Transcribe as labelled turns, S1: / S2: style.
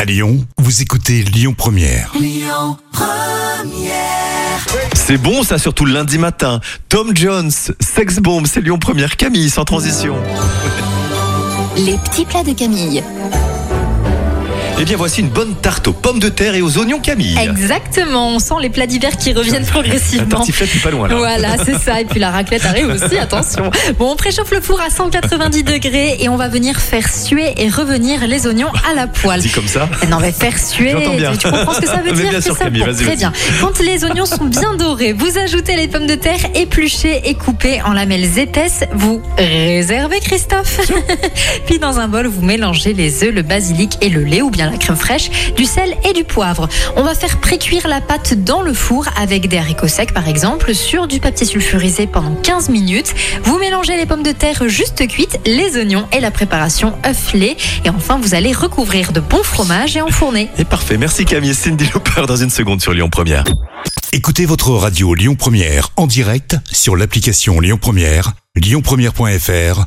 S1: À Lyon, vous écoutez Lyon Première.
S2: C'est bon ça, surtout le lundi matin. Tom Jones, Sex Bomb, c'est Lyon Première, Camille, sans transition.
S3: Les petits plats de Camille.
S2: Eh bien voici une bonne tarte aux pommes de terre et aux oignons, Camille.
S3: Exactement, on sent les plats d'hiver qui reviennent
S2: La
S3: progressivement.
S2: tartiflette n'est pas loin là.
S3: Voilà, c'est ça. Et puis la raclette arrive aussi, attention. Bon, on préchauffe le four à 190 degrés et on va venir faire suer et revenir les oignons à la poêle.
S2: Dit comme ça.
S3: Non mais faire suer,
S2: J'entends bien.
S3: tu- tu comprends ce que ça veut
S2: Mais
S3: dire
S2: bien
S3: c'est
S2: sûr,
S3: ça
S2: Camille,
S3: Bon,
S2: vas-y,
S3: Très
S2: vas-y.
S3: bien. Quand les oignons sont bien dorés, vous ajoutez les pommes de terre épluchées et coupées en lamelles épaisses. Vous réservez, Christophe. Puis dans un bol, vous mélangez les œufs, le basilic et le lait ou bien la crème fraîche, du sel et du poivre. On va faire précuire la pâte dans le four avec des haricots secs par exemple sur du papier sulfurisé pendant 15 minutes. Vous mélangez les pommes de terre juste cuites, les oignons et la préparation œuf lait et enfin vous allez recouvrir de bon fromage et enfourner.
S2: Et parfait, merci Camille, Cindy Lauper dans une seconde sur Lyon Première.
S1: Écoutez votre radio Lyon Première en direct sur l'application Lyon Première, lyonpremière.fr